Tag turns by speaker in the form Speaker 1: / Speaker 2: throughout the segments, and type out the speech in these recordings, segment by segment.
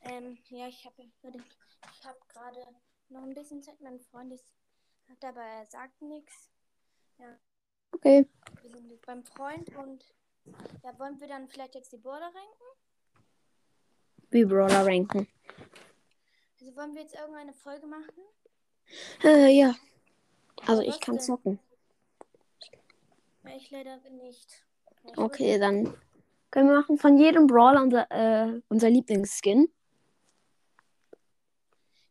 Speaker 1: Ähm, ja, ich habe ich hab gerade noch ein bisschen Zeit. Mein Freund ist hat aber er sagt nichts. Ja,
Speaker 2: Okay.
Speaker 1: wir sind jetzt beim Freund und ja, wollen wir dann vielleicht jetzt die Border ranken?
Speaker 2: Wie Brawler ranken.
Speaker 1: Also wollen wir jetzt irgendeine Folge machen?
Speaker 2: Äh, ja. Also
Speaker 1: Was
Speaker 2: ich kann
Speaker 1: denn?
Speaker 2: zocken.
Speaker 1: Ja, ich leider nicht. Ich
Speaker 2: Okay, dann können wir machen von jedem Brawler unser, äh, unser Lieblingsskin.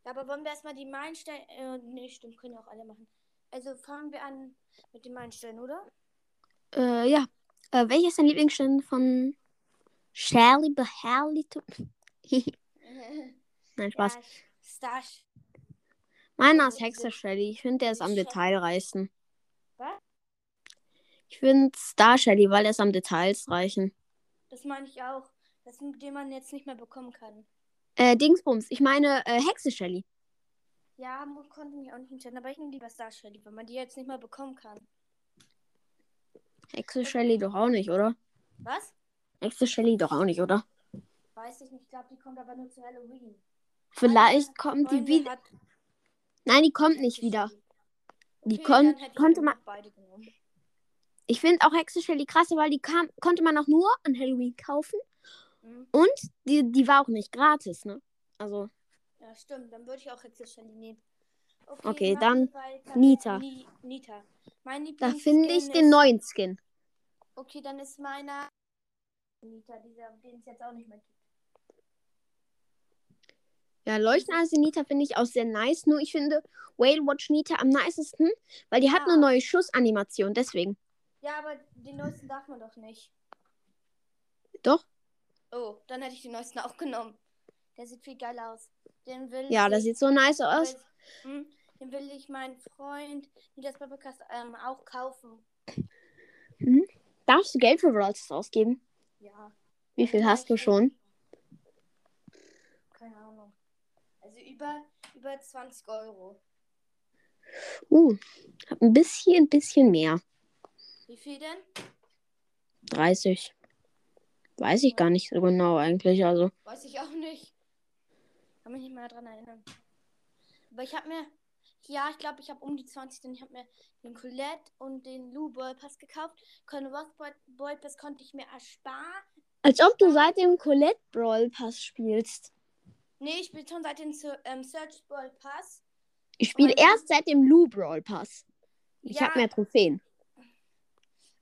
Speaker 1: Ja, aber wollen wir erstmal die Meilensteine. Äh, nee, stimmt, können auch alle machen. Also fangen wir an mit den Meilensteinen, oder?
Speaker 2: Äh, ja. Äh, welches ist dein Lieblingsskin von Shelly Behalito? Nein, Spaß.
Speaker 1: Ja, Stash.
Speaker 2: Meiner ist Hexer Shelly. Ich finde, der ist am
Speaker 1: Shelly.
Speaker 2: detailreichsten.
Speaker 1: Was?
Speaker 2: Ich finde Star Shelly, weil er ist am detailsreichen.
Speaker 1: Das meine ich auch. Das, den man jetzt nicht mehr bekommen kann.
Speaker 2: Äh, Dingsbums. Ich meine äh, Hexe Shelly.
Speaker 1: Ja, mu- konnte mich auch nicht entscheiden, aber ich nehme lieber Star Shelly, weil man die jetzt nicht mehr bekommen kann.
Speaker 2: Hexe Shelly doch auch nicht, oder?
Speaker 1: Was?
Speaker 2: Hexe Shelly doch auch nicht, oder?
Speaker 1: Weiß ich nicht. Ich glaube, die kommt aber nur zu Halloween. halt
Speaker 2: Vielleicht kommt die
Speaker 1: Freunde
Speaker 2: wieder.
Speaker 1: hat
Speaker 2: Nein, die kommt
Speaker 1: Hexe
Speaker 2: nicht wieder.
Speaker 1: Shelly.
Speaker 2: Die
Speaker 1: Okay,
Speaker 2: kon
Speaker 1: dann hätte ich
Speaker 2: konnte man.
Speaker 1: einfach Beide genommen.
Speaker 2: Ich finde auch Hexe Shelly krasser, weil die kam, konnte man auch nur an Halloween kaufen.
Speaker 1: Hm?
Speaker 2: Die, die war auch nicht gratis, ne? Also,
Speaker 1: Ja, stimmt. Dann würde ich auch Hexe Shelly nehmen.
Speaker 2: Okay,
Speaker 1: machen
Speaker 2: dann
Speaker 1: wir weiter.
Speaker 2: Nita.
Speaker 1: Ni Nita. Mein
Speaker 2: da finde ich
Speaker 1: Lieblingsskin
Speaker 2: den
Speaker 1: ist-
Speaker 2: neuen Skin.
Speaker 1: Okay, dann ist meiner Nita, dieser, den es jetzt auch nicht mehr gibt.
Speaker 2: Ja, Leuchtnase Nita finde ich auch sehr nice. Nur ich finde Whale Watch Nita am nicesten, weil die hat
Speaker 1: Ja.
Speaker 2: eine neue Schussanimation. Deswegen.
Speaker 1: Ja, aber den neuesten darf man doch nicht.
Speaker 2: Doch?
Speaker 1: Oh, dann hätte ich den neuesten auch genommen. Der sieht viel geil aus. Den will
Speaker 2: Ja,
Speaker 1: ich,
Speaker 2: das sieht so nice aus.
Speaker 1: Will, hm, den will ich meinen Freund Nitas Podcast ähm, auch kaufen.
Speaker 2: Darfst du Geld für Brawl Stars ausgeben?
Speaker 1: Ja,
Speaker 2: Wie viel hast du schon?
Speaker 1: keine Ahnung. Also über, über 20 Euro.
Speaker 2: Uh, hab ein bisschen, ein bisschen mehr.
Speaker 1: Wie viel denn?
Speaker 2: 30. Weiß ich gar nicht so genau eigentlich. Also,
Speaker 1: Weiß ich auch nicht. Kann mich nicht mehr dran erinnern. Aber ich habe mir, ja, ich glaube, ich habe um die 20, denn ich habe mir den Colette und den Lou Boy Pass gekauft. Keine Rock Boy, Boy Pass konnte ich mir ersparen.
Speaker 2: als ob du seit dem Colette Brawl Pass spielst.
Speaker 1: Nee, ich bin schon seit dem Sur- ähm, Search Boy Pass.
Speaker 2: Ich spiele
Speaker 1: Meine-
Speaker 2: erst seit dem Lou Brawl Pass. Ich
Speaker 1: Ja.
Speaker 2: hab mehr Trophäen.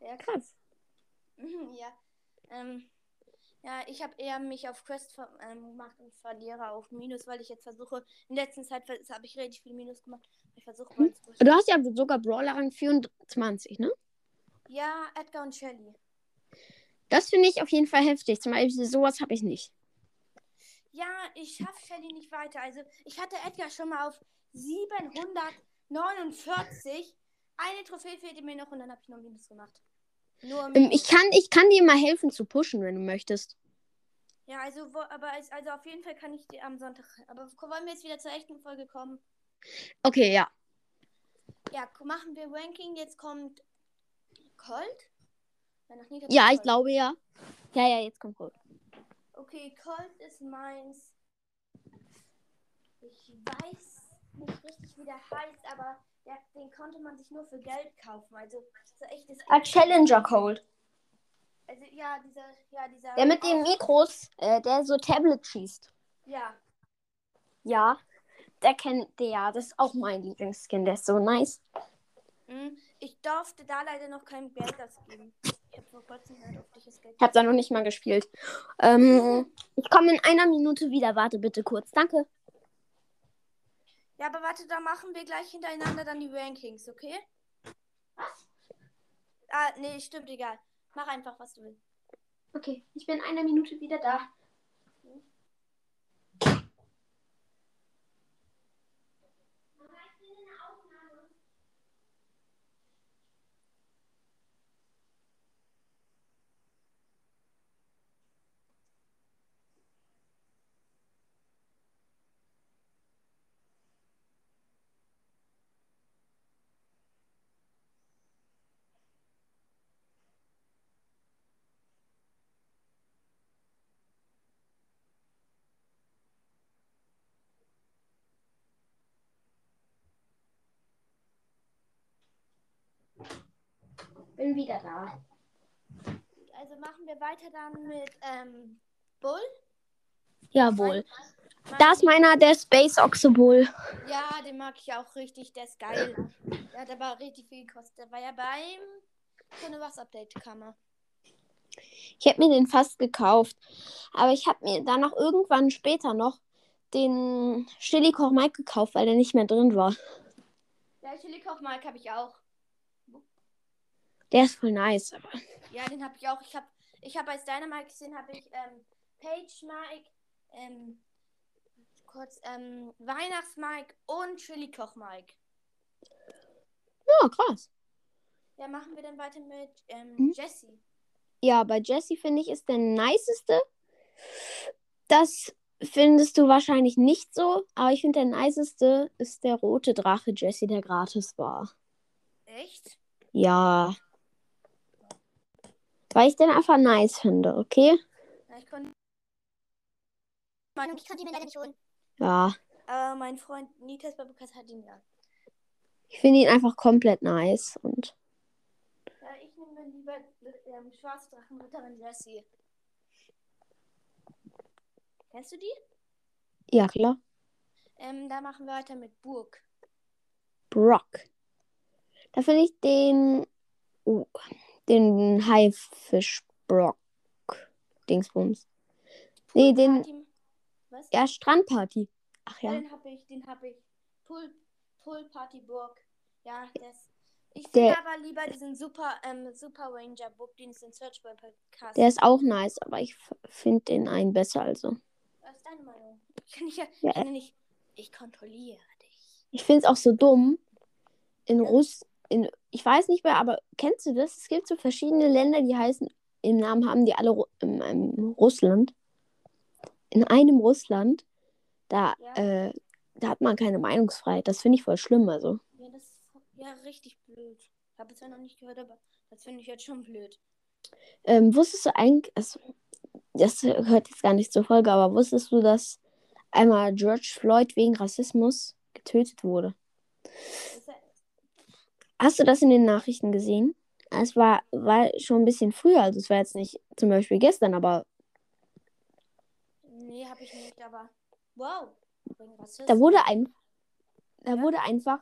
Speaker 1: Ja,
Speaker 2: Krass.
Speaker 1: Mhm, ja. Ähm, ja, ich habe eher mich auf Quest ver ähm, gemacht und verliere auf Minus, weil ich jetzt versuche, in letzter Zeit habe ich richtig viel Minus gemacht. Ich versuche mal zu
Speaker 2: Du hast ja sogar Brawler Rang 24, ne?
Speaker 1: Ja, Edgar und Shelly.
Speaker 2: Das finde ich auf jeden Fall heftig. Zum Beispiel sowas habe ich nicht.
Speaker 1: Ja, ich schaffe Shelly nicht weiter. Also, ich hatte Edgar schon mal auf 749. Eine Trophäe fehlte mir noch und dann habe ich noch Minus gemacht. Nur
Speaker 2: Ähm,
Speaker 1: Minus.
Speaker 2: ich, kann, ich kann dir mal helfen zu pushen, wenn du möchtest.
Speaker 1: Ja, also, wo, aber es- also auf jeden Fall kann ich dir am Sonntag. Aber wollen wir jetzt wieder zur echten Folge kommen?
Speaker 2: Okay, ja.
Speaker 1: Ja, k- machen wir Ranking. Jetzt kommt Colt. Ja, noch nie gehabt,
Speaker 2: Ja, ich
Speaker 1: Colt.
Speaker 2: glaube ja. Ja, ja, jetzt kommt Cold.
Speaker 1: Okay, Colt ist meins. Ich weiß nicht richtig, wie der heißt, aber der, den konnte man sich nur für Geld kaufen. Also, so echtes.
Speaker 2: Cold.
Speaker 1: Also, ja, dieser. Ja, dieser
Speaker 2: Mikros, äh, der so Tablet schießt.
Speaker 1: Ja,
Speaker 2: Ja, der kennt der ja. Das ist auch mein Lieblingsskin. Der ist so nice.
Speaker 1: mhm. ich durfte da leider noch kein Geld ausgeben. Ich habe vor kurzem halt ein ordentliches Geld.
Speaker 2: Ich habe da noch nicht mal gespielt. Ähm, ich komme in einer Minute wieder. Warte bitte kurz. Danke.
Speaker 1: Ja, aber warte, da machen wir gleich hintereinander dann die Rankings, okay? Was? Ah, nee, stimmt, egal. Mach einfach, was du willst.
Speaker 2: Okay, ich bin in einer Minute wieder da.
Speaker 3: Bin wieder da.
Speaker 1: Also machen wir weiter dann mit ähm, Bull.
Speaker 2: Jawohl.
Speaker 1: Mein-
Speaker 2: Da ist meiner der Space Oxobol.
Speaker 1: Ja, den mag ich auch richtig, der ist geil. Der hat aber richtig viel gekostet. Der war ja beim Schöne was Update kam er.
Speaker 2: Ich hätte mir den fast gekauft. Aber ich habe mir danach irgendwann später noch den Chili Koch Mike gekauft, weil der nicht mehr drin war.
Speaker 1: Der Chilikoch Mike habe ich auch.
Speaker 2: Der ist voll nice. Aber
Speaker 1: Ja, den habe ich auch. Ich habe ich hab als Dynamite gesehen, habe ich ähm, Page Mike, ähm, kurz ähm, Weihnachts Mike und Chilikoch Mike.
Speaker 2: ja, krass.
Speaker 1: Ja, machen wir dann weiter mit ähm,
Speaker 2: Mhm.
Speaker 1: Jesse.
Speaker 2: Ja, bei Jesse finde ich ist der niceste. Das findest du wahrscheinlich nicht so, aber ich finde der niceste ist der rote Drache Jesse, der gratis war.
Speaker 1: Echt?
Speaker 2: Ja. Weil ich den einfach nice finde, okay?
Speaker 1: Ja, ich konnte.
Speaker 3: Ich konnte ihn mir leider nicht holen.
Speaker 2: Ja.
Speaker 1: Aber mein Freund Nitas Babukas hat ihn ja.
Speaker 2: Ich finde ihn einfach komplett nice und
Speaker 1: Ja, Äh, ich nehme lieber ähm, Schwarzdrachenritterin Jessie. Kennst du die?
Speaker 2: ja, klar.
Speaker 1: Ähm, da machen wir weiter mit Burg.
Speaker 2: Brock. Da finde ich den. Oh, den Haifisch Brock. Dingsbums. Nee, den-
Speaker 1: Party- Was?
Speaker 2: Ja, Strandparty. Ach
Speaker 1: Ja,
Speaker 2: ja.
Speaker 1: Den hab ich, den hab ich. Pool, Pool Party Burg. Ja, das. Ich
Speaker 2: Der-
Speaker 1: finde aber lieber diesen Super, ähm, Super Ranger Burg, den es in Search World halt Podcast
Speaker 2: Der ist auch nice, aber ich f- finde den einen besser. Also.
Speaker 1: Was ist deine Meinung? Ich kann nicht, ja,
Speaker 2: Ja.
Speaker 1: ich kann ja nicht. Ich kontrolliere dich.
Speaker 2: Ich finde es auch so dumm. In
Speaker 1: Ja.
Speaker 2: Russ. In, ich weiß nicht mehr, aber kennst du das? Es gibt so verschiedene Länder, die heißen, im Namen haben die alle Ru in einem Russland. In einem Russland. Da, äh, da hat man keine Meinungsfreiheit. Das finde ich voll schlimm. Also.
Speaker 1: Ja, das ist vo- ja richtig blöd. Ich habe es ja noch nicht gehört, aber das finde ich jetzt schon blöd.
Speaker 2: Ähm, wusstest du eigentlich, also, das gehört jetzt gar nicht zur Folge, aber wusstest du, dass einmal George Floyd wegen Rassismus getötet wurde?
Speaker 1: Das ist ja,
Speaker 2: Hast du das in den Nachrichten gesehen? Es war, war schon ein bisschen früher, also es war jetzt nicht zum Beispiel gestern, aber
Speaker 1: nee, habe ich nicht, aber wow. Wegen Rassismus.
Speaker 2: da wurde ein, da wurde einfach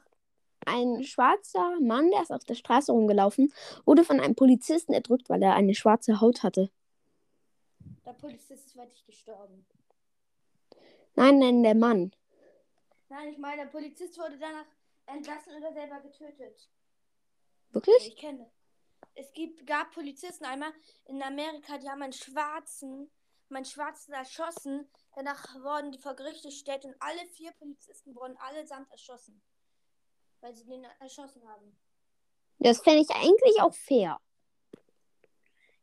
Speaker 2: ein schwarzer Mann, der ist auf der Straße rumgelaufen, wurde von einem Polizisten erdrückt, weil er eine schwarze Haut hatte.
Speaker 1: Der Polizist ist wirklich gestorben.
Speaker 2: Nein, nein, der Mann.
Speaker 1: Nein, ich meine, der Polizist wurde danach entlassen oder selber getötet.
Speaker 2: Wirklich?
Speaker 1: Ich kenne. Es gibt, gab Polizisten einmal in Amerika, die haben einen Schwarzen, meinen Schwarzen erschossen. Danach wurden die vor Gericht gestellt und alle vier Polizisten wurden allesamt erschossen. Weil sie den erschossen haben.
Speaker 2: Das fände ich eigentlich auch fair.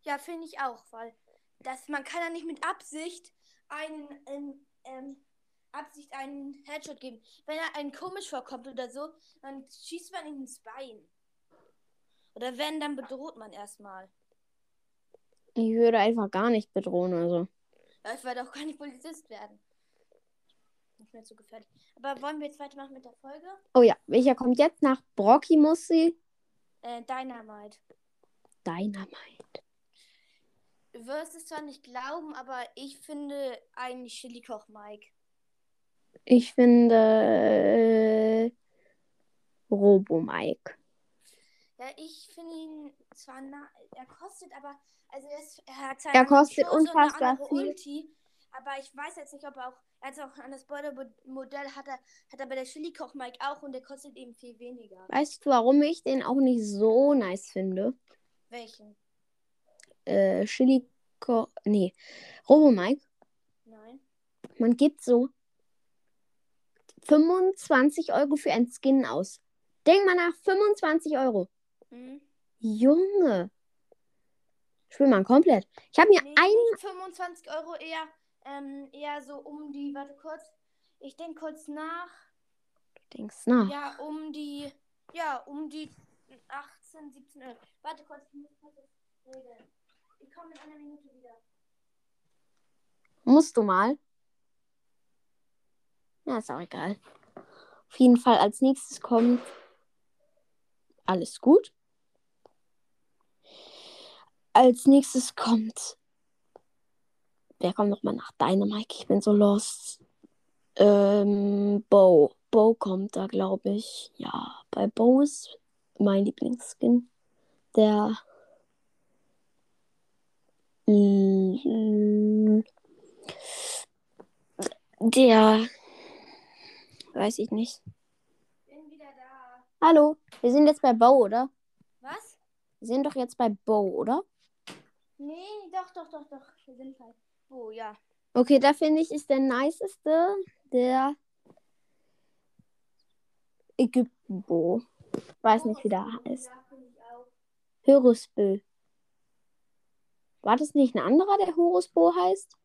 Speaker 1: Ja, finde ich auch, weil das, man kann ja nicht mit Absicht einen ähm, ähm, Absicht einen Headshot geben. Wenn er einen komisch vorkommt oder so, dann schießt man ihn ins Bein. Oder wenn, dann bedroht man erstmal.
Speaker 2: Ich würde einfach gar nicht bedrohen, also.
Speaker 1: Ja, ich werde auch gar nicht Polizist werden. Nicht mehr zu gefährlich. Aber wollen wir jetzt weitermachen mit der Folge?
Speaker 2: Oh ja, welcher kommt jetzt nach Brockimussi?
Speaker 1: Äh, Dynamite.
Speaker 2: Dynamite.
Speaker 1: Du wirst es zwar nicht glauben, aber ich finde eigentlich Chili-Koch Mike.
Speaker 2: Ich finde äh, Robo Mike.
Speaker 1: Ja, ich finde ihn zwar na, er kostet aber, also er, ist, er hat
Speaker 2: Er
Speaker 1: seine
Speaker 2: kostet
Speaker 1: Schuss und eine
Speaker 2: unfassbar
Speaker 1: andere
Speaker 2: viel.
Speaker 1: Ulti, aber ich weiß jetzt nicht, ob er auch, er hat auch ein anderes Border-Modell, hat er, hat er bei der Chili-Koch Mike auch und der kostet eben viel weniger.
Speaker 2: Weißt du, warum ich den auch nicht so nice finde?
Speaker 1: Welchen?
Speaker 2: Äh, Chili Ko nee, Robo Mike,
Speaker 1: Nein.
Speaker 2: man gibt so 25 Euro für einen Skin aus. Denk mal nach, 25 Euro.
Speaker 1: Hm?
Speaker 2: Junge. Spiel mal komplett. Ich habe mir
Speaker 1: Nee,
Speaker 2: ein
Speaker 1: nicht 25 Euro eher, ähm, eher so um die, warte kurz, ich denke kurz nach,
Speaker 2: Dings nach.
Speaker 1: ja, um die, ja, um die 18, 17 Euro. Warte kurz, ich muss kurz das regeln. Ich komme in einer Minute wieder.
Speaker 2: Musst du mal. Na, ist auch egal. Auf jeden Fall als nächstes kommt. Alles gut. als nächstes kommt. Wer kommt nochmal nach Dynamite? Ich bin so lost. Ähm, Bo. Bo kommt da, glaube ich. Ja, bei Bo ist mein Lieblingsskin. Der. Mm, Der. Weiß ich nicht.
Speaker 1: Bin wieder da.
Speaker 2: Hallo, wir sind jetzt bei Bo, oder?
Speaker 1: Was?
Speaker 2: Wir sind doch jetzt bei Bo, oder?
Speaker 1: Nee, doch, doch, doch, doch. Wir sind halt. Oh, ja.
Speaker 2: Okay, da finde ich, ist der niceste der Ägypten-Bo. Weiß nicht, wie der heißt.
Speaker 1: Ja, finde ich auch.
Speaker 2: Horusbö. War das nicht ein anderer, der Horusbo heißt?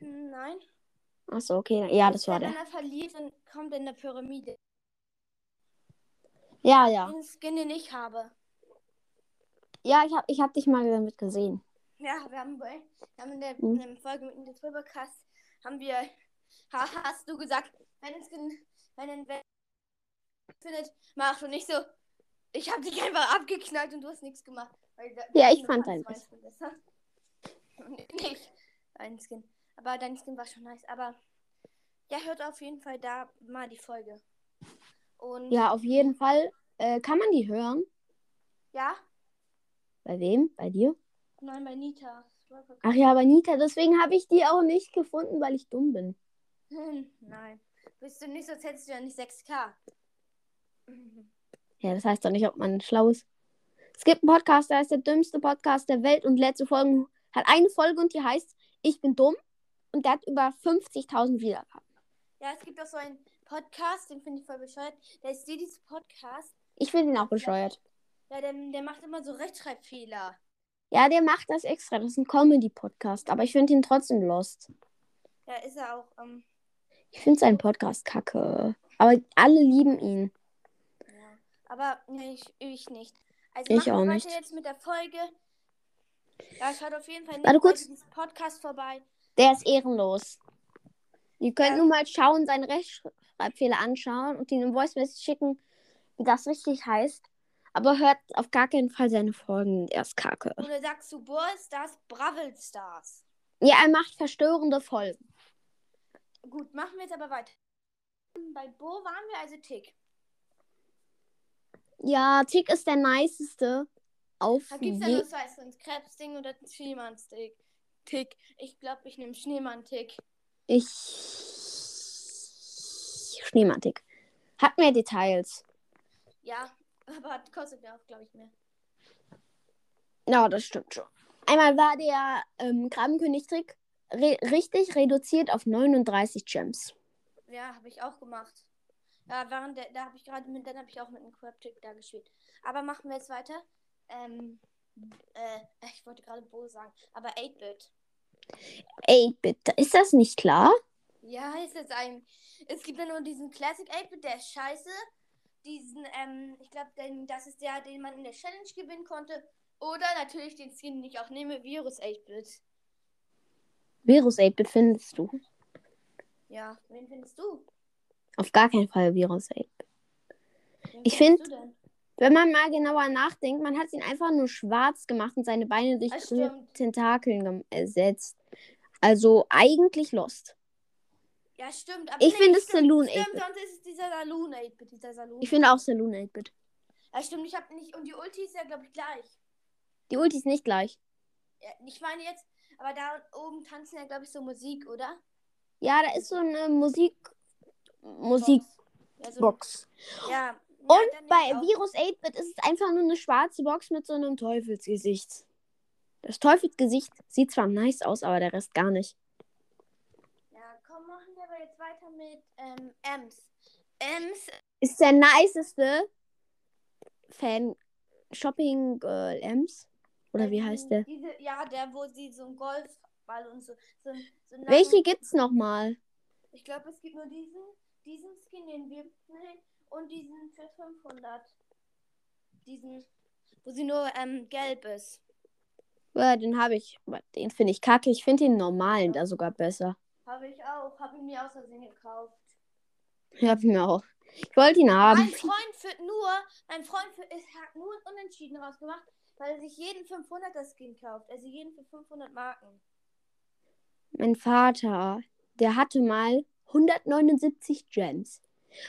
Speaker 1: Hm, Nein.
Speaker 2: Achso, okay. Ja, das war
Speaker 1: Wenn
Speaker 2: der.
Speaker 1: einer verliert, dann kommt er in der Pyramide.
Speaker 2: Ja, ja.
Speaker 1: Den Skin, den ich habe.
Speaker 2: Ja, ich habe ich hab dich mal damit gesehen.
Speaker 1: Ja, wir haben, bei, wir haben in, der, in
Speaker 2: Mhm.
Speaker 1: der Folge mit dem Twibbercast haben wir, ha, hast du gesagt, wenn es gen- wenn ein wenn findet, machst du nicht so, ich habe dich einfach abgeknallt und du hast nichts gemacht. Weil da-
Speaker 2: Ja, ich
Speaker 1: du
Speaker 2: fand
Speaker 1: fandst
Speaker 2: deinen
Speaker 1: meinen Skin besser. Und Nicht deinen Skin. Aber dein Skin war schon nice. Aber ja, hört auf jeden Fall da mal die Folge. Und
Speaker 2: Ja, auf jeden Fall. Äh, kann man die hören?
Speaker 1: ja
Speaker 2: Bei wem? Bei dir?
Speaker 1: nein, bei Nita. Twibbercast.
Speaker 2: Ach ja, aber Nita, deswegen habe ich die auch nicht gefunden, weil ich dumm bin.
Speaker 1: Hm, Nein. Bist du nicht, sonst hättest du ja nicht 6K.
Speaker 2: Ja, das heißt doch nicht, ob man schlau ist. Es gibt einen Podcast, der ist der dümmste Podcast der Welt und letzte Folge hat eine Folge und die heißt Ich bin dumm und der hat über 50.000 Wiedergaben.
Speaker 1: Ja, es gibt auch so einen Podcast, den finde ich voll bescheuert. Der ist Didis Podcast.
Speaker 2: Ich finde ihn auch bescheuert.
Speaker 1: Ja, der, der macht immer so Rechtschreibfehler.
Speaker 2: Ja, der macht das extra. Das ist ein Comedy-Podcast, aber ich finde ihn trotzdem lost.
Speaker 1: Ja, ist er auch. Ähm,
Speaker 2: Ich finde seinen Podcast kacke. Aber alle lieben ihn.
Speaker 1: ja. Aber nee, ich, ich nicht. Also
Speaker 2: Ich
Speaker 1: machen wir
Speaker 2: auch
Speaker 1: weiter
Speaker 2: nicht.
Speaker 1: jetzt mit der Folge. Ja, schaut auf jeden Fall nicht
Speaker 2: Warte
Speaker 1: bei
Speaker 2: kurz.
Speaker 1: Didis Podcast vorbei.
Speaker 2: Der ist ehrenlos. Ihr könnt
Speaker 1: Ja.
Speaker 2: nur mal schauen, seinen Rechtschreibfehler anschauen und ihn im Voice Message schicken, wie das richtig heißt. Aber hört auf gar keinen Fall seine Folgen. Er ist kacke.
Speaker 1: Oder sagst du Brawl Stars, Bravel Stars.
Speaker 2: Ja, er macht verstörende Folgen.
Speaker 1: Gut, machen wir jetzt aber weiter. Bei Bo waren wir also Tick.
Speaker 2: Ja, Tick ist der niceste. Auf
Speaker 1: Da gibt's ja
Speaker 2: je
Speaker 1: nur zwei, so ein Krebsding oder ein Schneemann-Tick. Tick. Ich glaube, ich nehme Schneemann-Tick.
Speaker 2: Ich. Schneemann Tick. Hat mehr Details.
Speaker 1: Ja, aber kostet mir auch, glaube ich, mehr.
Speaker 2: Ja, das stimmt schon. Einmal war der ähm, Krabbenkönig-Trick re richtig reduziert auf 39 Gems.
Speaker 1: Ja, habe ich auch gemacht. Ja, während der, da habe ich gerade mit, dann habe ich auch mit einem Crabtick da gespielt. Aber machen wir jetzt weiter. Ähm, äh, ich wollte gerade Bo sagen, aber 8-Bit.
Speaker 2: Ey, bitte, ist das nicht klar?
Speaker 1: Ja, ist jetzt ein. Es gibt ja nur diesen Classic 8-Bit, der ist scheiße. Diesen, ähm, ich glaube, den- das ist der, den man in der Challenge gewinnen konnte. Oder natürlich den Skin, den ich auch nehme, Virus 8-Bit.
Speaker 2: Virus 8-Bit findest du.
Speaker 1: Ja, wen findest du?
Speaker 2: Auf gar keinen Fall Virus 8.
Speaker 1: Wen
Speaker 2: Ich
Speaker 1: findest
Speaker 2: find-
Speaker 1: du denn?
Speaker 2: Wenn man mal genauer nachdenkt, man hat ihn einfach nur schwarz gemacht und seine Beine durch
Speaker 1: Das
Speaker 2: grüne
Speaker 1: stimmt.
Speaker 2: Tentakeln gem- ersetzt. Also eigentlich Lost.
Speaker 1: Ja, stimmt. Aber
Speaker 2: Ich finde es
Speaker 1: stimmt,
Speaker 2: Saloon
Speaker 1: Stimmt,
Speaker 2: 8-Bit.
Speaker 1: sonst ist es dieser Saloon 8-Bit, dieser Saloon.
Speaker 2: Ich finde auch Saloon 8-Bit.
Speaker 1: Ja, stimmt, ich habe nicht. Und die Ulti ist ja, glaube ich, gleich.
Speaker 2: Die Ulti ist nicht gleich.
Speaker 1: Ja, ich meine jetzt, aber da oben tanzen ja, glaube ich, so Musik, oder?
Speaker 2: Ja, da ist so eine Musik. Musikbox.
Speaker 1: Ja, so, ja.
Speaker 2: Und
Speaker 1: dann
Speaker 2: bei
Speaker 1: nehm ich auch-
Speaker 2: Virus 8-Bit ist es einfach nur eine schwarze Box mit so einem Teufelsgesicht. Das Teufelsgesicht sieht zwar nice aus, aber der Rest gar nicht.
Speaker 1: Ja, komm, machen wir aber jetzt weiter mit ähm, Ems. Ems,
Speaker 2: Ist der niceste Fan Shopping Girl Ems? Oder wie
Speaker 1: ähm,
Speaker 2: heißt der?
Speaker 1: Diese, ja, der, wo sie so einen Golfball und so. so, so einen
Speaker 2: Welche
Speaker 1: langen-
Speaker 2: gibt's nochmal?
Speaker 1: Ich glaube, es gibt nur diesen, diesen Skin, den wir nehmen, und diesen für 500. Diesen, wo sie nur ähm, gelb ist.
Speaker 2: Ja, den habe ich. aber Den finde ich kacke. Ich finde den normalen da sogar besser.
Speaker 1: Habe ich auch, habe ich mir aus Versehen gekauft.
Speaker 2: Ich habe ihn mir auch. Ich wollte ihn haben.
Speaker 1: Mein Freund führt nur, mein Freund für, ist, hat nur ein Unentschieden rausgemacht. Weil er sich jeden 500er Skin kauft. Also jeden für 500 Marken.
Speaker 2: Mein Vater, der hatte mal 179 Gems.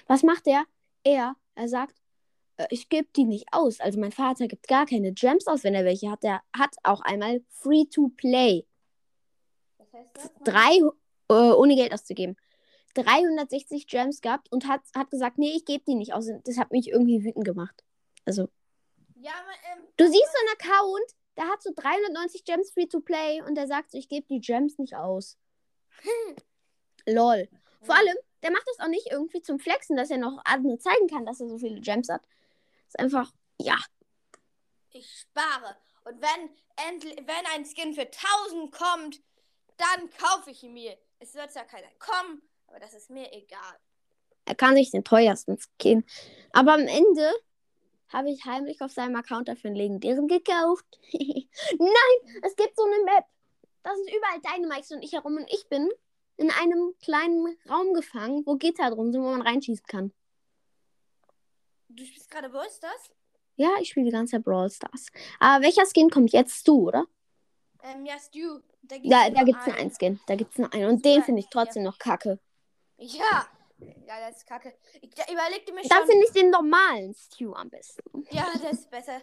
Speaker 2: Was macht er? Er, er sagt, äh, ich gebe die nicht aus. Also mein Vater gibt gar keine Gems aus, wenn er welche hat. Der hat auch einmal Free to Play.
Speaker 1: Was heißt das?
Speaker 2: Drei, äh, ohne Geld auszugeben. 360 Gems gehabt und hat, hat gesagt, nee, ich gebe die nicht aus. Und Das hat mich irgendwie wütend gemacht. Also,
Speaker 1: Ja, aber, ähm,
Speaker 2: du siehst so einen Account, der hat so 390 Gems free to play und der sagt so, ich gebe die Gems nicht aus. Lol. Vor allem, der macht das auch nicht irgendwie zum Flexen, dass er noch anderen zeigen kann, dass er so viele Gems hat. Ist einfach, ja.
Speaker 1: ich spare. Und wenn, endlich, wenn ein Skin für 1000 kommt, dann kaufe ich ihn mir. Es wird zwar keiner kommen, aber das ist mir egal.
Speaker 2: Er kann sich den teuersten Skin. Aber am Ende habe ich heimlich auf seinem Account dafür einen legendären gekauft. Nein, es gibt so eine Map. Da sind überall Dynamites und ich herum und ich bin in einem kleinen Raum gefangen, wo Gitter drum sind, wo man reinschießen kann.
Speaker 1: Du spielst gerade, wo ist das?
Speaker 2: Ja, ich spiele die ganze Zeit Brawl Stars. Aber welcher Skin kommt jetzt zu, oder?
Speaker 1: Ähm, ja, Stu. Da gibt's
Speaker 2: Da, da
Speaker 1: nur
Speaker 2: gibt es nur
Speaker 1: einen.
Speaker 2: einen Skin. Da gibt es nur einen. Und den finde ich trotzdem noch kacke.
Speaker 1: Ja. Ja, das ist kacke. Ich da überlegte mir
Speaker 2: Dann
Speaker 1: schon.
Speaker 2: finde ich den normalen Stew am besten.
Speaker 1: Ja, das ist besser.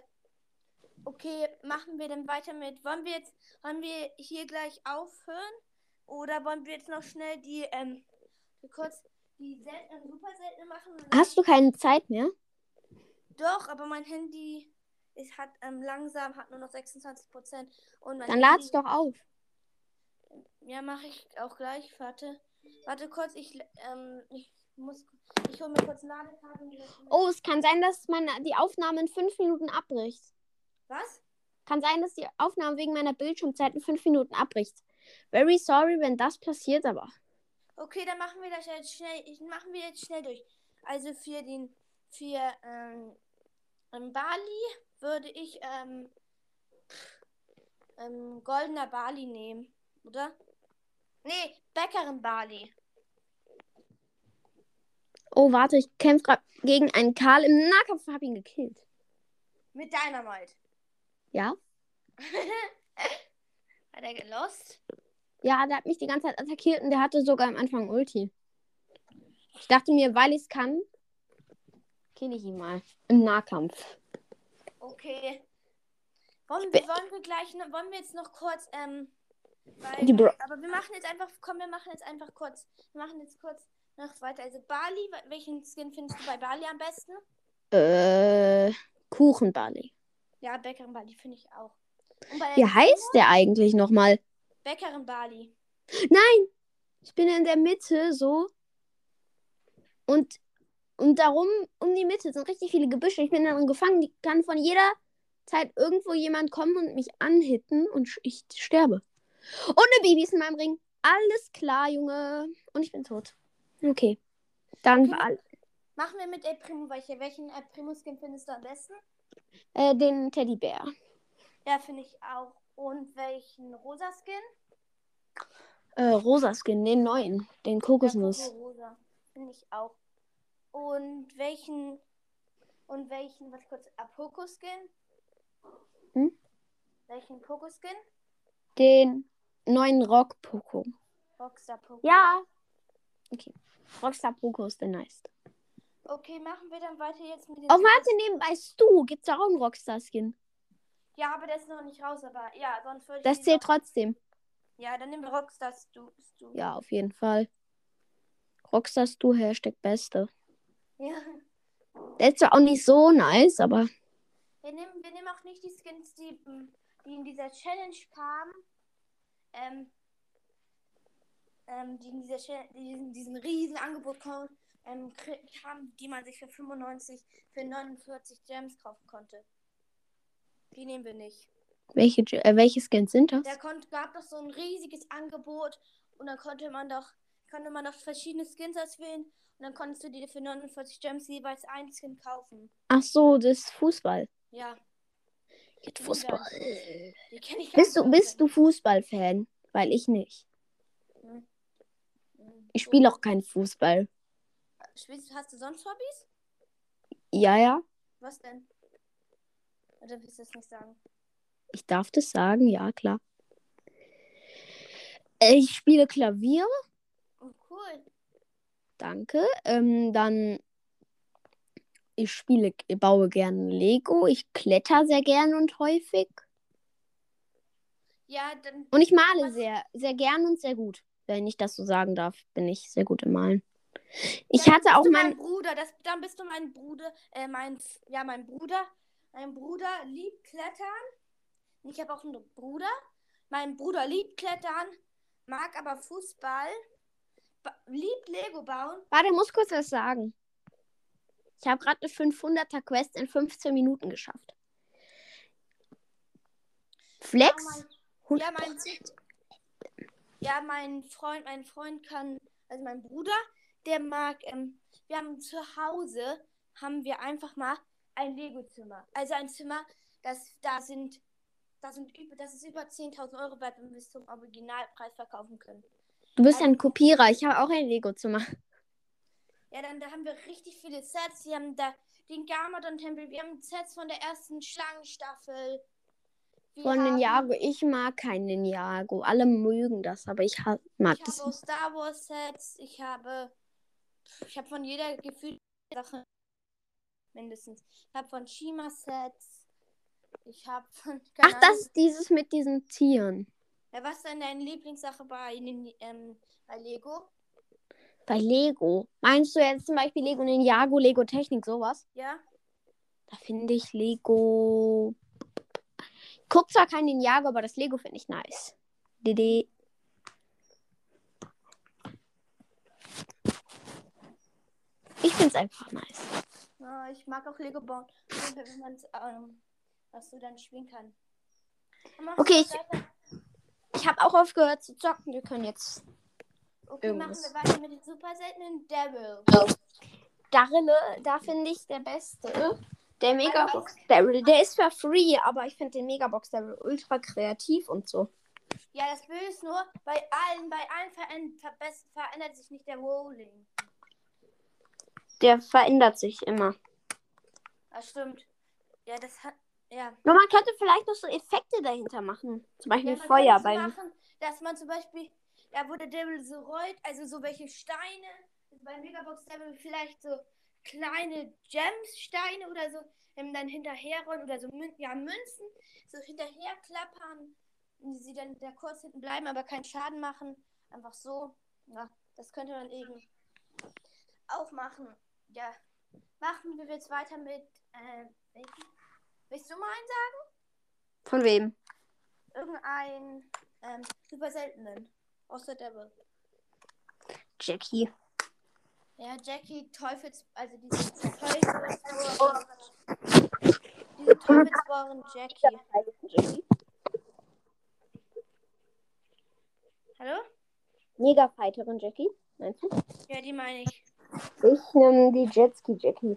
Speaker 1: Okay, machen wir dann weiter mit. Wollen wir jetzt, wollen wir hier gleich aufhören? Oder wollen wir jetzt noch schnell die, ähm, kurz die seltenen, super seltenen machen? Und dann-
Speaker 2: Hast du keine Zeit mehr?
Speaker 1: Doch, aber mein Handy ist, hat ähm, langsam, hat nur noch 26 Prozent. Und mein
Speaker 2: Dann
Speaker 1: Handy,
Speaker 2: lad's doch auf.
Speaker 1: Ja, mache ich auch gleich. Warte, warte kurz, ich, ähm, ich muss, ich hole mir kurz Ladekabel.
Speaker 2: Oh, es kann sein, dass meine, die Aufnahme in fünf Minuten abbricht.
Speaker 1: Was?
Speaker 2: Kann sein, dass die Aufnahme wegen meiner Bildschirmzeit in fünf Minuten abbricht. Very sorry, wenn das passiert, aber.
Speaker 1: Okay, dann machen wir das jetzt schnell. Ich, machen wir jetzt schnell durch. Also für den für ähm, in Bali würde ich ähm, ähm, goldener Bali nehmen, oder? Nee, Bäckerin Bali.
Speaker 2: Oh, warte, ich kämpfe gerade gegen einen Karl im Nahkampf und hab ihn gekillt.
Speaker 1: Mit Dynamite.
Speaker 2: Ja?
Speaker 1: Hat er gelost?
Speaker 2: Ja, der hat mich die ganze Zeit attackiert und der hatte sogar am Anfang Ulti. Ich dachte mir, weil ich es kann, kill ich ihn mal. Im Nahkampf.
Speaker 1: Okay. Wollen,
Speaker 2: bin-
Speaker 1: wollen wir gleich noch, wollen wir jetzt noch kurz, ähm, weil,
Speaker 2: Die Bro-
Speaker 1: aber wir machen jetzt einfach, komm, wir machen jetzt einfach kurz, wir machen jetzt kurz noch weiter. Also Bali, wa- welchen Skin findest du bei Bali am besten?
Speaker 2: Äh, Kuchenbarley.
Speaker 1: Ja, Bäckerin Bali finde ich auch. Und bei
Speaker 2: Wie heißt der eigentlich nochmal?
Speaker 1: Bäckerin Bali.
Speaker 2: Nein! Ich bin in der Mitte so. Und, und darum, um die Mitte sind richtig viele Gebüsche. Ich bin darin gefangen. Die kann von jeder Zeit irgendwo jemand kommen und mich anhitten und sch- ich sterbe. Ohne Babys in meinem Ring. Alles klar, Junge. Und ich bin tot. Okay. Dann war all-
Speaker 1: Machen wir mit El Primo welche. Welchen El Primo Skin findest du am besten?
Speaker 2: äh, den Teddybär.
Speaker 1: Ja, finde ich auch. Und welchen rosa Skin?
Speaker 2: Äh, rosa Skin, den neuen. Den Kokosnuss.
Speaker 1: Rosa. Finde ich auch. Und welchen. Und welchen, was kurz, Apoko-Skin?
Speaker 2: Hm?
Speaker 1: Welchen Poko-Skin?
Speaker 2: Den neuen Rock Poco.
Speaker 1: Rockstar Poko.
Speaker 2: Ja. Okay. Rockstar Poco ist der nice.
Speaker 1: Okay, machen wir dann weiter jetzt mit den.
Speaker 2: Oh, warte, nebenbei Stu. Gibt's da auch einen Rockstar-Skin?
Speaker 1: Ja, aber der ist noch nicht raus, aber ja, sonst würde ich.
Speaker 2: Das
Speaker 1: die-
Speaker 2: zählt trotzdem.
Speaker 1: Ja, dann nehmen wir Rockstar Stu. Stu.
Speaker 2: Ja, auf jeden Fall. Rockstar Stu, Hashtag Beste.
Speaker 1: ja.
Speaker 2: Der ist zwar auch nicht so nice, aber
Speaker 1: Wir, nehmen, wir nehmen auch nicht die Skins, die, ähm, die in dieser Challenge kamen. Ähm. Ähm, die in, dieser, Chal- die in diesem riesen Angebot kamen, ähm, kri- kamen, die man sich für 95, für 49 Gems kaufen konnte. Die nehmen wir nicht.
Speaker 2: welche, Ge- äh, welche Skins sind das?
Speaker 1: Da konnt, gab doch so ein riesiges Angebot und dann konnte man doch konnte man doch verschiedene Skins auswählen und dann konntest du dir für 49 Gems jeweils ein Skin kaufen.
Speaker 2: Ach so, das ist Fußball.
Speaker 1: Ja,
Speaker 2: Geht Fußball.
Speaker 1: die kenne ich
Speaker 2: Bist du, bist du Fußball-Fan? Weil ich nicht. Ich spiele auch keinen Fußball.
Speaker 1: Hm. Spielst, hast du sonst Hobbys?
Speaker 2: Ja, ja.
Speaker 1: Was denn? Oder willst du es nicht sagen?
Speaker 2: Ich darf das sagen, ja, klar. Äh, Ich spiele Klavier,
Speaker 1: Oh, cool.
Speaker 2: danke. Ähm, dann, ich spiele, baue gerne Lego, ich kletter sehr gern und häufig.
Speaker 1: Ja, dann.
Speaker 2: Und ich male
Speaker 1: Was-
Speaker 2: sehr, sehr gern und sehr gut. Wenn ich das so sagen darf, bin ich sehr gut im Malen. Ich hatte auch
Speaker 1: mein
Speaker 2: mein.
Speaker 1: Bruder. Das, dann bist du mein Bruder. Äh, mein, ja, mein Bruder. Mein Bruder liebt Klettern. Ich habe auch einen Bruder. Mein Bruder liebt Klettern, mag aber Fußball, ba- liebt Lego bauen.
Speaker 2: Warte, muss kurz was sagen. Ich habe gerade eine 500er Quest in 15 Minuten geschafft. Flex?
Speaker 1: Oh mein, ja, mein, ja, mein Freund, mein Freund kann, also mein Bruder, der mag, ähm, wir haben zu Hause, haben wir einfach mal ein Lego-Zimmer. Also ein Zimmer, das da sind, da sind über, das ist über 10.000 Euro wert, wenn wir es zum Originalpreis verkaufen können.
Speaker 2: Du bist ja ein Kopierer. Ich habe auch ein Lego-Zimmer.
Speaker 1: Ja, dann da haben wir richtig viele Sets. Wir haben da den Garmadon-Tempel, wir haben Sets von der ersten Schlangenstaffel. Wir
Speaker 2: Von
Speaker 1: haben-
Speaker 2: Ninjago. Ich mag kein Ninjago. Alle mögen das, aber ich ha- mag
Speaker 1: Ich
Speaker 2: Ah, das
Speaker 1: habe auch Star Wars Sets, ich habe ich habe von jeder gefühlt Sache mindestens. Ich habe von Shima Sets. Ich habe von keine
Speaker 2: Ach, das
Speaker 1: Ahnung.
Speaker 2: ist dieses mit diesen Tieren.
Speaker 1: Ja, was ist denn deine Lieblingssache bei, Nin- ähm, bei Lego?
Speaker 2: Bei Lego. Meinst du jetzt zum Beispiel Lego Ninjago, Lego Technik, sowas?
Speaker 1: Ja?
Speaker 2: Da finde ich Lego. Ich guck zwar kein Ninjago, aber das Lego finde ich nice. Dede. Ich finde es einfach nice.
Speaker 1: ja ich mag auch Lego bauen, wenn man ähm, was du dann spielen kann. Mach
Speaker 2: Okay,
Speaker 1: mal weiter.
Speaker 2: Ich habe auch aufgehört zu zocken. Wir können jetzt.
Speaker 1: okay machen
Speaker 2: irgendwas.
Speaker 1: wir weiter mit dem super seltenen Devil.
Speaker 2: Darille, da finde ich der beste. Der Megabox Daryl. Der ist für free, aber ich finde den Megabox Daryl ultra kreativ und so.
Speaker 1: Ja, das Bild ist nur bei allen, bei allen verändert, verändert sich nicht der Rolling.
Speaker 2: Der verändert sich immer.
Speaker 1: Das Ah, stimmt. Ja, das hat. Ja.
Speaker 2: Nur man könnte vielleicht noch so Effekte dahinter machen. Zum Beispiel
Speaker 1: ja man
Speaker 2: Feuer
Speaker 1: könnte so
Speaker 2: beim.
Speaker 1: machen, dass man zum Beispiel, da wo der Devil so rollt, also so welche Steine, also bei Megabox Devil vielleicht so kleine Gemssteine oder so, ähm, dann hinterherrollen oder so Mün ja, Münzen, so hinterher klappern, sie dann da kurz hinten bleiben, aber keinen Schaden machen. Einfach so. Ja, das könnte man eben auch machen. Ja. Machen wir jetzt weiter mit, äh, welchen? Willst du mal einen sagen?
Speaker 2: Von wem?
Speaker 1: irgendeinen ähm, super seltenen. Außer Devil.
Speaker 2: Jackie.
Speaker 1: Ja, Jackie, Teufels, also diese Teufelsbohren. Diese Teufelsbohren Jackie. Hallo?
Speaker 2: Mega-Fighterin Jackie. Meinst du?
Speaker 1: Ja, die meine ich.
Speaker 2: Ich nehme die Jetski Jackie.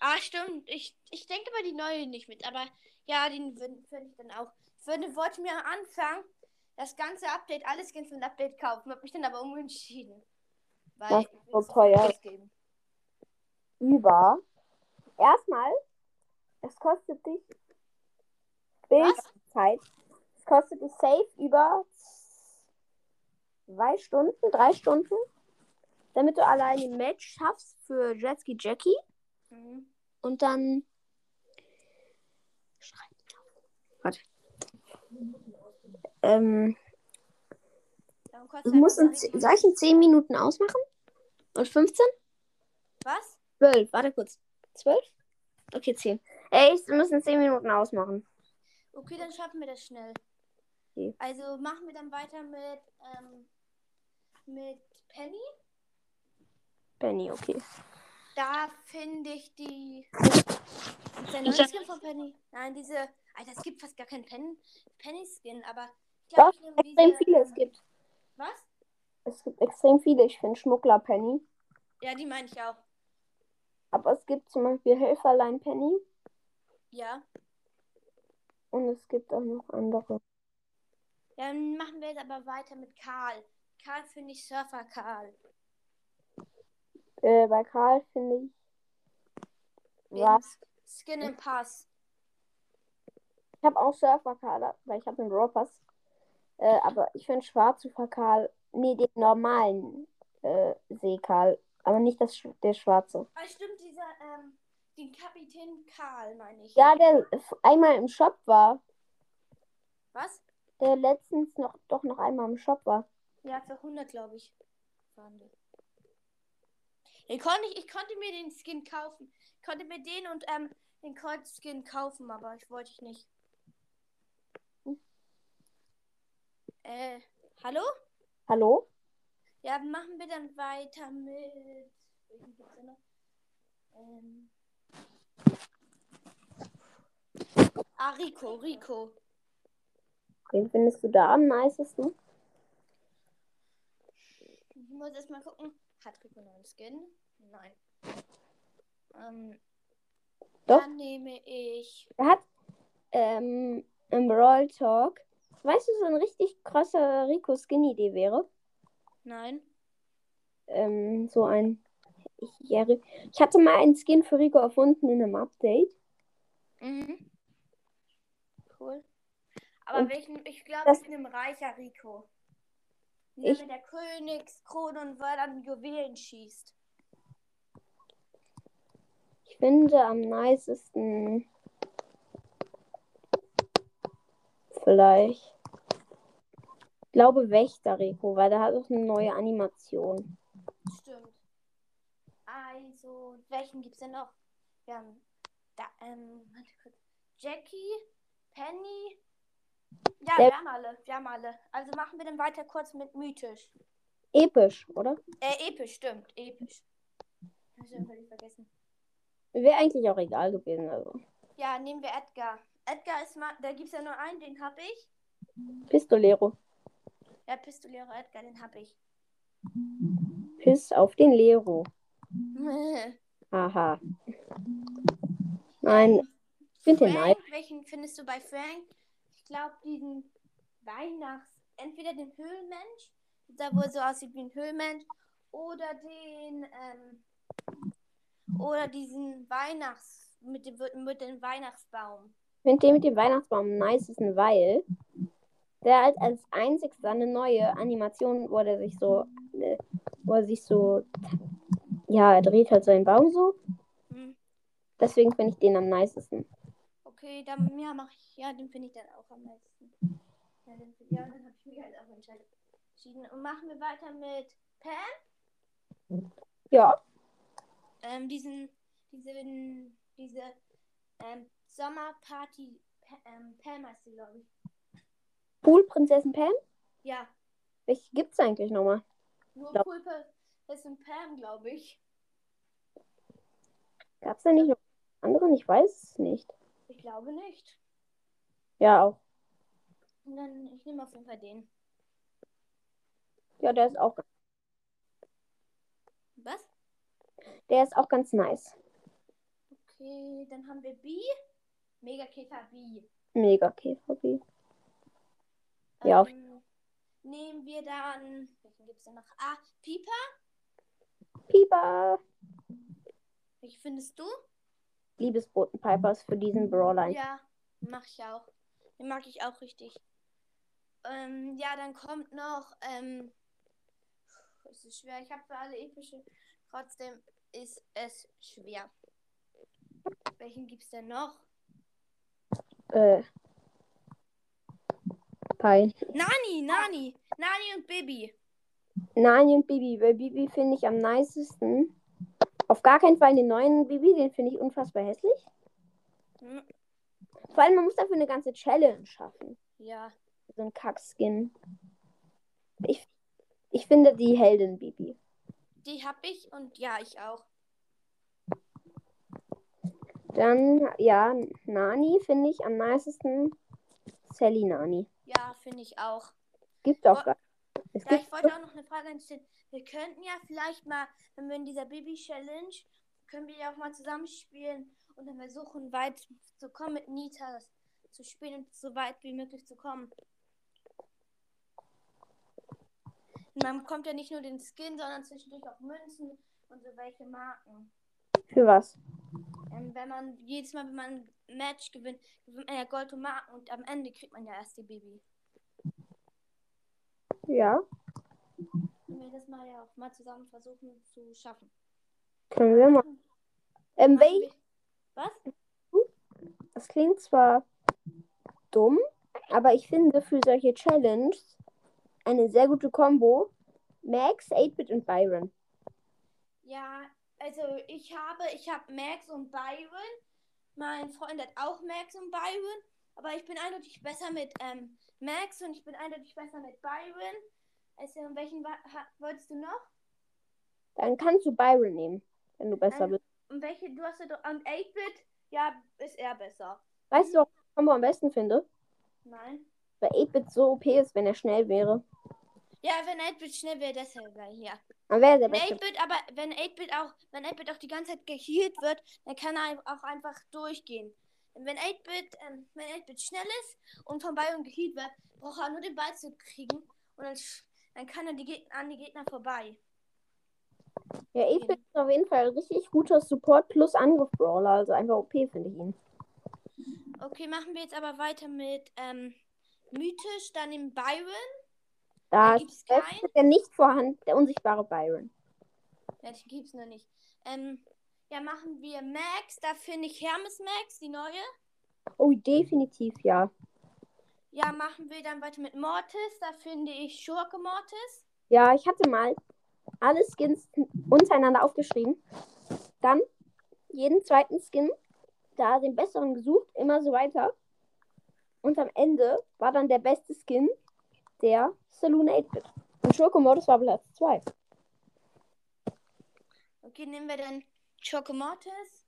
Speaker 1: Ah, stimmt. Ich, ich denke mal die neue nicht mit, aber ja, den würde ich dann auch. Ich würde, wollte mir am Anfang das ganze Update, alles Skins mit Update kaufen, habe mich dann aber umentschieden. Weil
Speaker 2: Das
Speaker 1: ich will
Speaker 2: so
Speaker 1: es nicht
Speaker 2: teuer.
Speaker 1: ausgeben.
Speaker 2: Über. Erstmal, es kostet dich. Bildzeit. Es kostet dich safe über zwei Stunden, drei Stunden. Damit du alleine ein Match schaffst für Jetski Jackie.
Speaker 1: Mhm.
Speaker 2: Und dann. Warte. Ähm,
Speaker 1: Darum
Speaker 2: du
Speaker 1: kostet
Speaker 2: musst in,
Speaker 1: einfach
Speaker 2: ze-
Speaker 1: nur-
Speaker 2: soll ich in 10 Minuten ausmachen? Und 15?
Speaker 1: Was?
Speaker 2: 12, warte kurz. 12? Okay, 10. Ey, ich muss in 10 Minuten ausmachen.
Speaker 1: Okay, dann schaffen wir das schnell.
Speaker 2: Okay.
Speaker 1: Also machen wir dann weiter mit, ähm, mit Penny.
Speaker 2: Benny, okay.
Speaker 1: Da finde ich die. Ist der neue
Speaker 2: Ich hab-
Speaker 1: Skin von Penny? Nein, diese. Alter, es gibt fast gar keinen Pen Penny-Skin, aber. Ich
Speaker 2: Doch,
Speaker 1: glaub, ich nehme
Speaker 2: Extrem
Speaker 1: diese-
Speaker 2: viele es gibt.
Speaker 1: Was?
Speaker 2: Es gibt extrem viele. Ich finde Schmuggler Penny.
Speaker 1: Ja, die meine ich auch.
Speaker 2: Aber es gibt zum Beispiel Helferlein Penny.
Speaker 1: Ja.
Speaker 2: Und es gibt auch noch andere.
Speaker 1: Dann machen wir jetzt aber weiter mit Karl. Karl finde ich Surfer Karl.
Speaker 2: Äh, bei Karl finde ich.
Speaker 1: Wegen
Speaker 2: Was?
Speaker 1: Skin and Pass.
Speaker 2: Ich habe auch Surferkader, weil ich habe den Brawl Pass. Äh, aber ich finde Schwarzuferkal, nee, den normalen äh, Seekal, aber nicht das, Sch- der schwarze.
Speaker 1: Ah, stimmt, dieser, ähm, den Kapitän Karl, meine ich.
Speaker 2: Ja, der f- einmal im Shop war,
Speaker 1: Was?
Speaker 2: der letztens noch doch noch einmal im Shop war.
Speaker 1: Ja, für 100, glaube ich. Waren die. Ich konnte, ich konnte mir den Skin kaufen. Ich konnte mir den und ähm, den Kreuzskin kaufen, aber ich wollte ich nicht. Äh, hallo?
Speaker 2: Hallo?
Speaker 1: Ja, machen wir dann weiter mit. Welchen gibt's denn noch? Ähm. Ah, Rico, Rico.
Speaker 2: Wen findest du da am nicesten?
Speaker 1: Ich muss erst mal gucken. Hat Rico noch einen Skin? Nein. Ähm,
Speaker 2: Doch.
Speaker 1: Dann nehme ich.
Speaker 2: Er hat ähm, im Brawl Talk, weißt du, so ein richtig krasser Rico Skin-Idee wäre?
Speaker 1: Nein.
Speaker 2: ähm, so ein. Ich, ja, Ri- ich hatte mal einen Skin für Rico erfunden in einem Update.
Speaker 1: Mhm. Cool. Aber
Speaker 2: Und
Speaker 1: welchen, ich glaube,
Speaker 2: das-
Speaker 1: ich bin im reicher Rico. Der
Speaker 2: Ich-
Speaker 1: mit der Königskrone und weil er an Juwelen schießt.
Speaker 2: Ich finde am nicesten. Vielleicht. Ich glaube Wächter Rico, weil der hat auch eine neue Animation.
Speaker 1: Stimmt. Also, welchen gibt's denn noch? Wir haben da, ähm, warte kurz. Jackie, Penny. Ja,
Speaker 2: Der-
Speaker 1: wir haben alle, wir haben alle. Also machen wir dann weiter kurz mit mythisch.
Speaker 2: Episch, oder?
Speaker 1: Äh, episch, stimmt, episch. Hab ich schon völlig vergessen.
Speaker 2: Wäre eigentlich auch egal gewesen. Also.
Speaker 1: Ja, nehmen wir Edgar. Edgar ist mal, da gibt's ja nur einen, den hab ich.
Speaker 2: Pistolero.
Speaker 1: Ja, Pistolero Edgar, den hab ich.
Speaker 2: Piss auf den Lero. Haha. Nein, ich finde den nice.
Speaker 1: Frank, welchen findest du bei Frank? Ich glaube, diesen Weihnachts-, entweder den Höhlenmensch, da wo er so aussieht wie ein Höhlenmensch, oder den, ähm, oder diesen Weihnachts-, mit dem, mit dem Weihnachtsbaum.
Speaker 2: Ich finde den mit dem Weihnachtsbaum am nicesten, weil der halt als einzigster eine neue Animation, wo er sich so, äh, wo er sich so, ja, er dreht halt seinen Baum so.
Speaker 1: Hm.
Speaker 2: Deswegen finde ich den am nicesten.
Speaker 1: Okay, dann, ja, mach ich, ja, den finde ich dann auch am meisten. Ja, den, ja, dann habe ich mich halt auch entschieden. Und machen wir weiter mit Pam?
Speaker 2: Ja,
Speaker 1: ähm, diesen, diesen, diese ähm, Sommerparty Pa- ähm, Pam heißt sie, glaube ich.
Speaker 2: Pool Prinzessin Pam.
Speaker 1: Ja,
Speaker 2: Welche gibt's eigentlich nochmal?
Speaker 1: nur
Speaker 2: Glaub-
Speaker 1: Pulpe ist ein Pam, glaube ich.
Speaker 2: Gab's da nicht noch anderen? Ich weiß es nicht.
Speaker 1: Ich glaube nicht.
Speaker 2: Ja, auch.
Speaker 1: Und dann, ich nehme auf jeden Fall den.
Speaker 2: Ja, der ist auch,
Speaker 1: Was?
Speaker 2: der ist auch ganz nice.
Speaker 1: Okay, dann haben wir B. Mega Käfer B.
Speaker 2: Mega KVB. Ja, auf-
Speaker 1: Ähm, nehmen wir dann, welchen gibt es denn noch? Ah, Pieper.
Speaker 2: Pieper.
Speaker 1: Welchen findest du?
Speaker 2: Liebesbotenpipers für diesen Brawler.
Speaker 1: Ja, mach ich auch. Den mag ich auch richtig. Ähm, ja, dann kommt noch, ähm, es ist schwer. Ich habe für alle epische. Trotzdem ist es schwer. Welchen gibt's denn noch?
Speaker 2: Äh. Pein.
Speaker 1: Nani, Nani, Nani und Bibi.
Speaker 2: Nani und Bibi, weil Bibi finde ich am nicesten. Auf gar keinen Fall den neuen Bibi, den finde ich unfassbar hässlich.
Speaker 1: Hm,
Speaker 2: Vor allem, man muss dafür eine ganze Challenge schaffen.
Speaker 1: ja,
Speaker 2: So ein Kackskin. Ich, ich finde die Heldin Bibi.
Speaker 1: die hab ich und ja, ich auch.
Speaker 2: Dann, ja, Nani finde ich am nicesten. Sally Nani.
Speaker 1: Ja, finde ich auch.
Speaker 2: Gibt auch
Speaker 1: Wo-
Speaker 2: gar es
Speaker 1: Oh. Ja,
Speaker 2: gibt,
Speaker 1: ich wollte auch noch eine Frage anstellen. Wir könnten ja vielleicht mal, wenn wir in dieser Baby-Challenge, können wir ja auch mal zusammenspielen und dann versuchen, weit zu kommen mit Nita, das zu spielen und so weit wie möglich zu kommen. Man bekommt ja nicht nur den Skin, sondern zwischendurch auch Münzen und so welche Marken.
Speaker 2: Für was?
Speaker 1: ähm, wenn man jedes Mal, wenn man ein Match gewinnt, gewinnt man ja Gold und Marken und am Ende kriegt man ja erst die Baby.
Speaker 2: Ja,
Speaker 1: Können wir das mal ja auch mal zusammen versuchen zu schaffen.
Speaker 2: können wir mal. Ähm, wel
Speaker 1: Was?
Speaker 2: Das klingt zwar dumm, aber ich finde für solche Challenges eine sehr gute Kombo. Max, 8-Bit und Byron.
Speaker 1: Ja, also ich habe, ich habe Max und Byron. Mein Freund hat auch Max und Byron. Aber ich bin eindeutig besser mit ähm, Max und ich bin eindeutig besser mit Byron. Also, welchen wa- ha- wolltest du noch?
Speaker 2: Dann kannst du Byron nehmen, wenn du besser
Speaker 1: Ähm,
Speaker 2: bist.
Speaker 1: Und welche, du hast ja doch, und 8-Bit? Ja, ist er besser.
Speaker 2: Weißt du, was ich die Kombo am besten finde?
Speaker 1: Nein.
Speaker 2: Weil 8-Bit so OP ist, wenn er schnell wäre.
Speaker 1: Ja, wenn 8-Bit schnell wäre, das wäre geil, ja.
Speaker 2: Dann wäre er der
Speaker 1: Wenn
Speaker 2: Beste.
Speaker 1: 8-Bit aber, wenn 8-Bit auch, wenn 8-Bit auch die ganze Zeit gehealt wird, dann kann er auch einfach durchgehen. Und wenn 8-Bit, ähm, wenn 8-Bit schnell ist und von Bayern gehealt wird, braucht er nur den Ball zu kriegen und dann, sch- dann kann er die Gegner, an die Gegner vorbei.
Speaker 2: Ja, 8-Bit ist auf jeden Fall ein richtig guter Support plus Angriff-Brawler. Also einfach OP finde ich ihn.
Speaker 1: Okay, machen wir jetzt aber weiter mit, ähm, Mythisch, dann den Byron.
Speaker 2: Da
Speaker 1: Dann
Speaker 2: ist
Speaker 1: gibt's
Speaker 2: der,
Speaker 1: keinen.
Speaker 2: der nicht vorhanden, der unsichtbare Byron.
Speaker 1: Ja, die gibt's noch nicht. Ähm, ja, machen wir Max, da finde ich Hermes Max, die neue.
Speaker 2: Oh, definitiv, ja.
Speaker 1: Ja, machen wir dann weiter mit Mortis, da finde ich Schurke Mortis.
Speaker 2: Ja, ich hatte mal alle Skins untereinander aufgeschrieben. Dann jeden zweiten Skin, da den besseren gesucht, immer so weiter. Und am Ende war dann der beste Skin der Saloon 8-Bit. Und Schurke Modus war Platz 2.
Speaker 1: Okay, nehmen wir dann Schokomortis.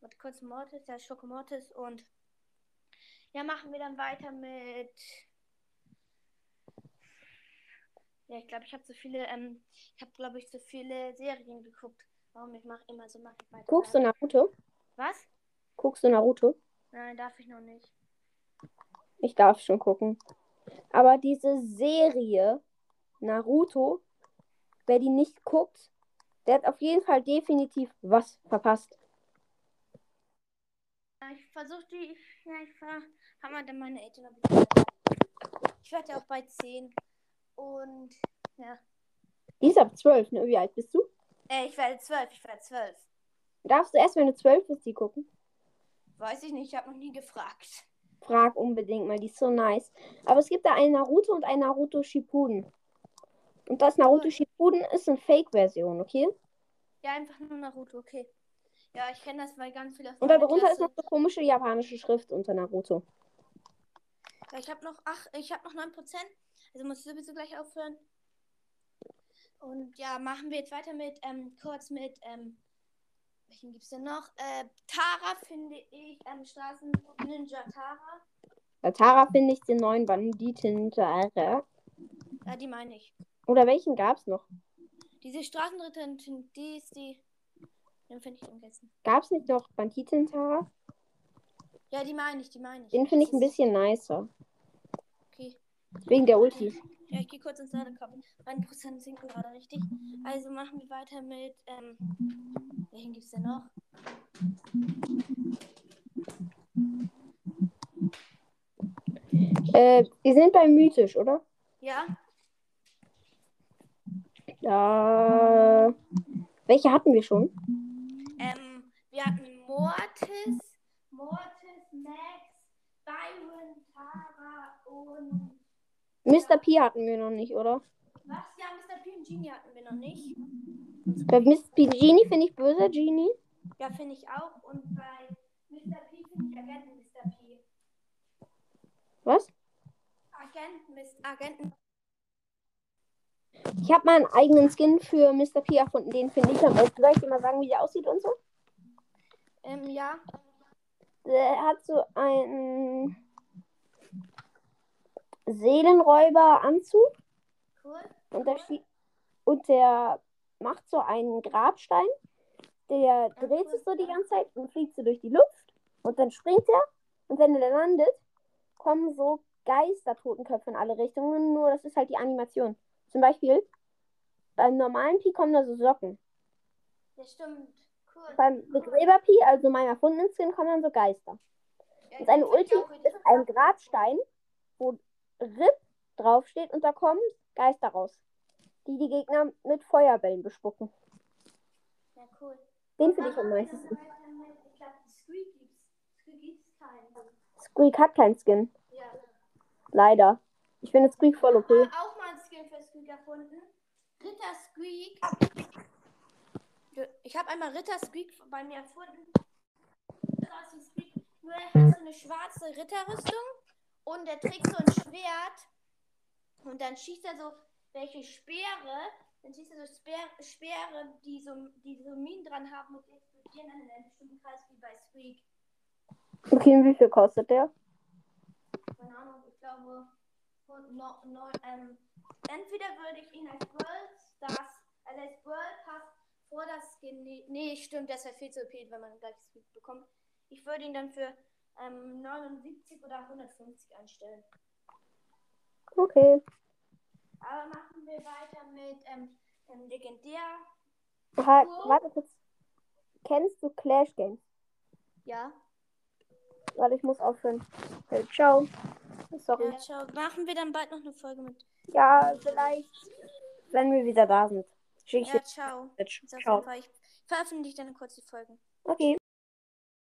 Speaker 1: Warte kurz, Mortis, ja, Schokomortis und. Ja, machen wir dann weiter mit. Ja, ich glaube, ich habe zu viele, ähm, ich habe, glaube ich, zu viele Serien geguckt. Warum ich mache immer so, mache ich weiter.
Speaker 2: Guckst du Naruto?
Speaker 1: Was?
Speaker 2: Guckst du Naruto?
Speaker 1: Nein, darf ich noch nicht.
Speaker 2: Ich darf schon gucken. Aber diese Serie Naruto, wer die nicht guckt, der hat auf jeden Fall definitiv was verpasst.
Speaker 1: Ja, Ich versuche die. Ja, ich habe mal dann meine Eltern noch wieder. Ich werde ja auch bei 10. Und. Ja.
Speaker 2: Die ist ab 12, ne? Wie alt bist du?
Speaker 1: Äh, ich werde 12. Ich werde 12.
Speaker 2: Darfst du erst, wenn du 12 bist, die gucken?
Speaker 1: Weiß ich nicht. Ich habe noch nie gefragt.
Speaker 2: Frag unbedingt mal, die ist so nice. Aber es gibt da einen Naruto und einen Naruto Shippuden. Und das Naruto Shippuden ist eine Fake-Version, okay?
Speaker 1: Ja, einfach nur Naruto. Okay. Ja, ich kenne das, weil ganz viele aus
Speaker 2: Und
Speaker 1: meiner
Speaker 2: darunter ist
Speaker 1: Klasse-
Speaker 2: noch so komische japanische Schrift unter Naruto.
Speaker 1: Ja, Ich habe noch, ach, ich habe noch 9%. Also muss ich sowieso gleich aufhören. Und ja, machen wir jetzt weiter mit, ähm, kurz mit, ähm, welchen gibt's denn noch? Äh, Tara finde ich, ähm, Straßen Ninja Tara.
Speaker 2: Bei Tara finde ich den neuen Banditen Tara.
Speaker 1: Ja, die meine ich.
Speaker 2: Oder welchen gab's noch?
Speaker 1: Diese Straßenritterin, die ist die. Den finde ich vergessen.
Speaker 2: Gab's nicht noch Banditen Tara?
Speaker 1: Ja, die meine ich, die meine ich.
Speaker 2: Den finde ich ein
Speaker 1: Das ist-
Speaker 2: bisschen nicer.
Speaker 1: Okay.
Speaker 2: Wegen der Ulti.
Speaker 1: Ja, ich gehe kurz ins Ladekabel. Mein Prozent sinken gerade richtig. Also machen wir weiter mit. Ähm, welchen gibt's denn noch?
Speaker 2: Äh, wir sind bei Mythisch, oder?
Speaker 1: Ja,
Speaker 2: Ja. Welche hatten wir schon?
Speaker 1: ähm, wir hatten Mortis, Mortis, Max, Byron, Tara und.
Speaker 2: Mr. P hatten wir noch nicht, oder?
Speaker 1: Was? Ja, Mr. P und Genie hatten wir noch nicht.
Speaker 2: Bei Miss P Genie finde ich böse, Genie.
Speaker 1: Ja, finde ich auch. Und bei Mr. P finde ich Agenten Mr. P.
Speaker 2: Was?
Speaker 1: Agenten, Mist, Agenten.
Speaker 2: Ich habe meinen eigenen Skin für Mr. P erfunden, den finde ich am besten. Soll ich dir mal sagen, wie der aussieht und so?
Speaker 1: Ähm, ja.
Speaker 2: Der hat so einen Seelenräuberanzug
Speaker 1: Cool.
Speaker 2: und der, schie- und der macht so einen Grabstein. Der dreht sich so die ganze Zeit und fliegt so durch die Luft und dann springt er und wenn er dann landet, kommen so Geistertotenköpfe in alle Richtungen, nur das ist halt die Animation. Zum Beispiel beim normalen Pi kommen da so Socken.
Speaker 1: Ja, stimmt. Cool.
Speaker 2: Beim Begräberpi, also meinem erfundenen Skin, kommen dann so Geister. Und seine Ulti ist ein Grabstein, wo RIP draufsteht und da kommen Geister raus, die die Gegner mit Feuerbällen bespucken.
Speaker 1: Ja, cool.
Speaker 2: Den finde ich am meisten.
Speaker 1: Ich glaube, die Squeakies. Squeakies ist kein.
Speaker 2: Squeak hat keinen Skin,
Speaker 1: Ja.
Speaker 2: leider. Ich finde Squeak voll
Speaker 1: Ich
Speaker 2: okay.
Speaker 1: habe auch mal ein Skin für Squeak erfunden. Ritter Squeak. Ich habe einmal Ritter Squeak bei mir erfunden. Das sah aus wie Squeak, Nur er hat so eine schwarze Ritterrüstung und er trägt so ein Schwert. Und dann schießt er so welche Speere. Dann schießt er so Speer, Speere, die so, die so Minen dran haben und die explodieren dann in einem bestimmten Kreis wie bei Squeak.
Speaker 2: Okay, und wie viel kostet der?
Speaker 1: keine Ahnung, ich glaube, und no, no, ähm, entweder würde ich ihn als World Stars, also als World Pass vor das Skin, nee, nee stimmt, das wäre viel zu viel, wenn man gleich das Skin bekommt. Ich würde ihn dann für ähm, 79 oder 150 einstellen.
Speaker 2: Okay.
Speaker 1: Aber machen wir weiter mit ähm, ähm, Legendär.
Speaker 2: Aha,
Speaker 1: Cool.
Speaker 2: warte kurz. Kennst du Clash Games?
Speaker 1: Ja.
Speaker 2: Warte, ich muss aufhören. Okay, ciao. Sorry.
Speaker 1: ja ciao. Machen wir dann bald noch eine Folge mit.
Speaker 2: Ja, vielleicht, wenn wir wieder da sind. Schicke ich
Speaker 1: Ja,
Speaker 2: dir
Speaker 1: ciao.
Speaker 2: Message.
Speaker 1: Ist auf jeden
Speaker 2: Ciao.
Speaker 1: Fall. Ich veröffentliche dann kurz die Folgen.
Speaker 2: Okay.